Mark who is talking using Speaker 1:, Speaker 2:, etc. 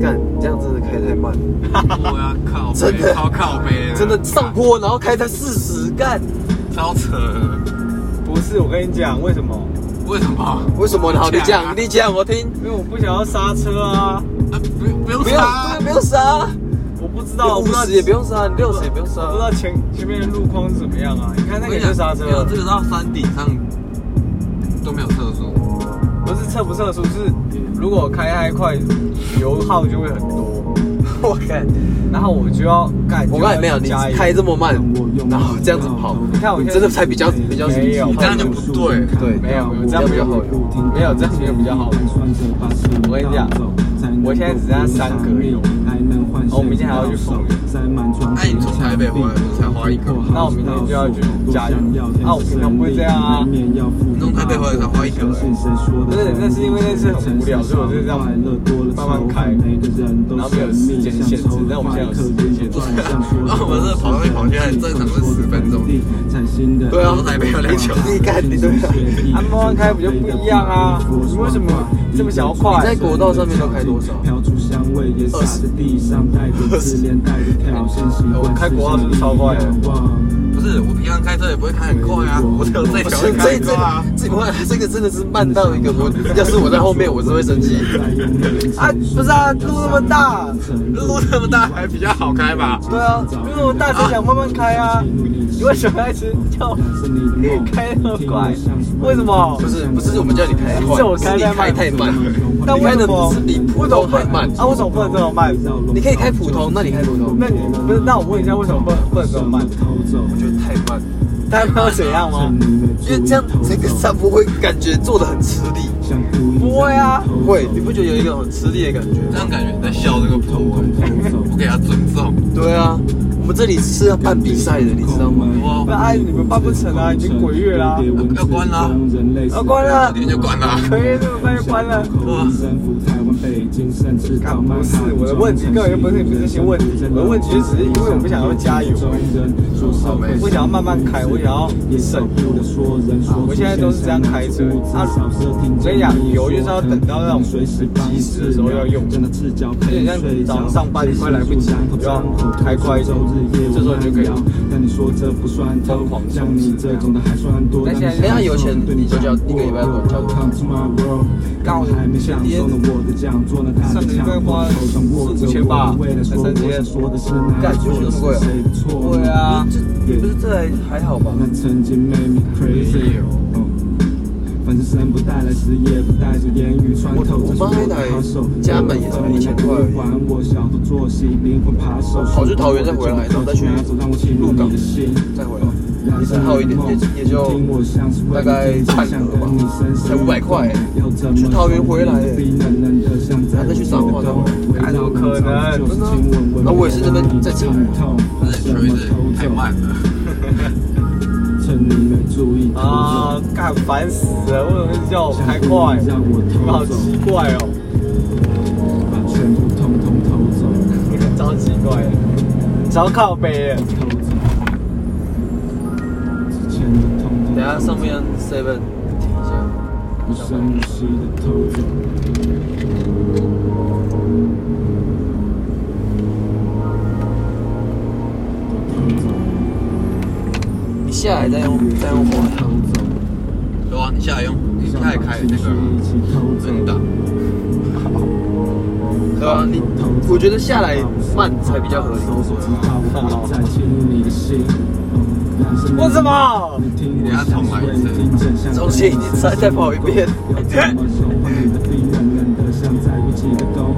Speaker 1: 干，你这样真的开太慢，
Speaker 2: 我要靠背，
Speaker 1: 真的
Speaker 2: 超靠背了，
Speaker 1: 真的上坡然后开才四十干，
Speaker 2: 超扯了，
Speaker 3: 不是，我跟你讲，为什么？
Speaker 2: 为什么？
Speaker 1: 为什么呢？好你
Speaker 2: 讲啊
Speaker 1: 讲，你讲我听，
Speaker 3: 因为我不想要刹车啊！
Speaker 2: 啊，不用不用
Speaker 1: 不用
Speaker 2: 擦，啊
Speaker 1: 不用刹，
Speaker 3: 我不知
Speaker 1: 你
Speaker 3: 道，我
Speaker 1: 五
Speaker 3: 不知道
Speaker 1: 十也不用刹，你六十也不用刹
Speaker 3: 我不知，道前前面的路况是怎么样啊？你看那个就刹车
Speaker 2: 没有这
Speaker 3: 了，
Speaker 2: 个到山顶上都没有测速，
Speaker 3: 不是测不测速，是如果开太快，油耗就会很多，
Speaker 1: 我看，
Speaker 3: 然后我就要干。
Speaker 1: 我告诉你没有，你
Speaker 3: 加油
Speaker 1: 开这么慢，然后这样子跑，
Speaker 3: 你看我
Speaker 1: 你
Speaker 3: 现在
Speaker 1: 真的才比较比较
Speaker 3: 没有
Speaker 2: 你这样就不对，
Speaker 1: 对，
Speaker 3: 没有，我这样
Speaker 1: 比
Speaker 3: 比
Speaker 1: 较
Speaker 3: 较
Speaker 1: 好
Speaker 3: 好，没有这样比较比较好。
Speaker 4: 我跟你讲，我现在只剩下三个月，哦，我明天还要去丰原。
Speaker 2: 那你从台北回来不是才花一个吗
Speaker 4: 那我明天就要去加油。啊，我平常不会这样啊。你
Speaker 2: 从台北回来才花一个
Speaker 4: 不
Speaker 3: 不
Speaker 4: 是
Speaker 3: 是，
Speaker 4: 那
Speaker 3: 那是
Speaker 4: 是
Speaker 3: 因
Speaker 4: 因为
Speaker 3: 为
Speaker 4: 那
Speaker 3: 那
Speaker 4: 次
Speaker 3: 次
Speaker 4: 很
Speaker 3: 很
Speaker 4: 无
Speaker 3: 无
Speaker 4: 聊，
Speaker 3: 聊
Speaker 4: 所
Speaker 3: 所
Speaker 4: 以
Speaker 3: 以
Speaker 4: 我
Speaker 3: 我
Speaker 4: 就
Speaker 3: 就这样
Speaker 4: 这样慢慢开，然后没有时间限制。但我们现在有时间限制。
Speaker 2: 那我们这跑来跑去还正常是10分钟
Speaker 4: 对啊，
Speaker 2: 从台北回来 九
Speaker 1: 你看你对啊
Speaker 3: 啊，慢慢开不就不一样啊？你为什么这么想要快？
Speaker 1: 你在国道上面都开多少？
Speaker 4: 飘出香味，也洒在地上，带着自恋，带着挑衅，习惯
Speaker 3: 哦我开国道是不是超快的
Speaker 2: 不是我平常开车也不会开很快啊，我只有这一
Speaker 1: 不
Speaker 2: 条
Speaker 1: 是
Speaker 2: 会
Speaker 1: 这
Speaker 2: 开
Speaker 1: 这
Speaker 2: 快啊，
Speaker 1: 这不会，这个真的是慢到一个我，要是我在后面，我是会生气。
Speaker 3: 啊，不是啊，路那么大，
Speaker 2: 路这么大还比较好开吧？
Speaker 3: 对啊，路那么大才想慢慢开啊。你为什么要一直叫开那么快？为什么？
Speaker 1: 不是不是，我们叫你开
Speaker 3: 是我
Speaker 1: 快，
Speaker 3: 开
Speaker 1: 是你
Speaker 3: 太慢
Speaker 1: 开太慢。
Speaker 3: 但
Speaker 1: 你开
Speaker 3: 为什
Speaker 1: 的
Speaker 3: 么
Speaker 1: 不是你普通太慢，
Speaker 3: 啊？为什么不能这么慢？
Speaker 1: 你可以开普通，那你开普通，
Speaker 3: 那你不是？那我问一下，为什么不能不能这么慢？
Speaker 1: 我觉得太慢，
Speaker 3: 大家知道怎样吗？
Speaker 1: 因为这样整个散步会感觉做的很吃力。
Speaker 3: 不会啊，
Speaker 1: 会，你不觉得有一种很吃力的感觉
Speaker 2: 这
Speaker 1: 吗？
Speaker 2: 样感觉你在笑这个坡，我给他尊重，
Speaker 1: 对啊，我们这里是要办比赛的，你知道吗？
Speaker 3: 不
Speaker 2: 我
Speaker 3: 然哎，你们办不成啊，已经鬼月啦，
Speaker 2: 要关啦，
Speaker 3: 要关了
Speaker 2: 明，天就关啦。
Speaker 3: 鬼月这么快就关了。
Speaker 2: 哇，
Speaker 3: 干不是我的问题，根本就不是你们这些问题，我的问题就只是因为我不想要加油，我想要慢慢开，我想要省油。啊，我现在都是这样开车。啊，我跟你讲，油就是要等到那种及时的时候要用，有点像早上上班快来不及，你就要开快一点，这时候你就可以。疯狂像你这种的还算多
Speaker 1: 但现在人家有钱，你就交一个礼拜多交多少？
Speaker 3: 告诉你，前天上个礼拜花四五千吧，才三千，
Speaker 1: 干，不是那么贵哦。
Speaker 3: 对啊，
Speaker 1: 这不是这还还好吧？
Speaker 4: 那曾经 made me crazy
Speaker 2: 有。
Speaker 4: 嗯反正生不带来，死也不带着，言语穿透
Speaker 1: 我
Speaker 4: 这
Speaker 1: 我
Speaker 4: 是
Speaker 1: 妈
Speaker 4: 我的
Speaker 1: 那台
Speaker 4: 好手。
Speaker 1: 加满也才一千块而已
Speaker 4: 还我小肚作息，灵魂扒手。
Speaker 1: 跑去桃园再回来然后再去
Speaker 4: 拿走让我进入
Speaker 1: 鹿港哦
Speaker 4: 你的心。
Speaker 1: 再回来。医生好一点，也也就大概半个吧，才五百块。去桃园回来，还再去彰化，彰化。
Speaker 3: 哪怎么可能？
Speaker 1: 真的啊，那我也是这边在查。
Speaker 2: 那你确实太慢了。
Speaker 3: 啊，干烦死了！为什么一直叫我开快？你们好奇怪哦，
Speaker 4: 把全部通通偷走，
Speaker 3: 超奇怪的，超靠北的。
Speaker 4: 偷走，之前的通
Speaker 1: 等
Speaker 4: 通偷
Speaker 1: 一下
Speaker 4: 走
Speaker 1: 上面 seven 停一下。
Speaker 4: 无声无息的偷走。偷走
Speaker 1: 你下
Speaker 2: 哎
Speaker 1: 来再用再用火
Speaker 4: 偷走，
Speaker 2: 对啊，你下来用，你下来开那个
Speaker 4: 一起偷走
Speaker 2: 真，的，
Speaker 1: 对啊，你我觉得下来慢才比较合理。
Speaker 4: 再清你的心。
Speaker 3: 为什么？
Speaker 2: 你要重来一次。
Speaker 1: 重 新再再跑一遍。
Speaker 4: 要怎么说？你的冰冷冷的像在雨季的冬，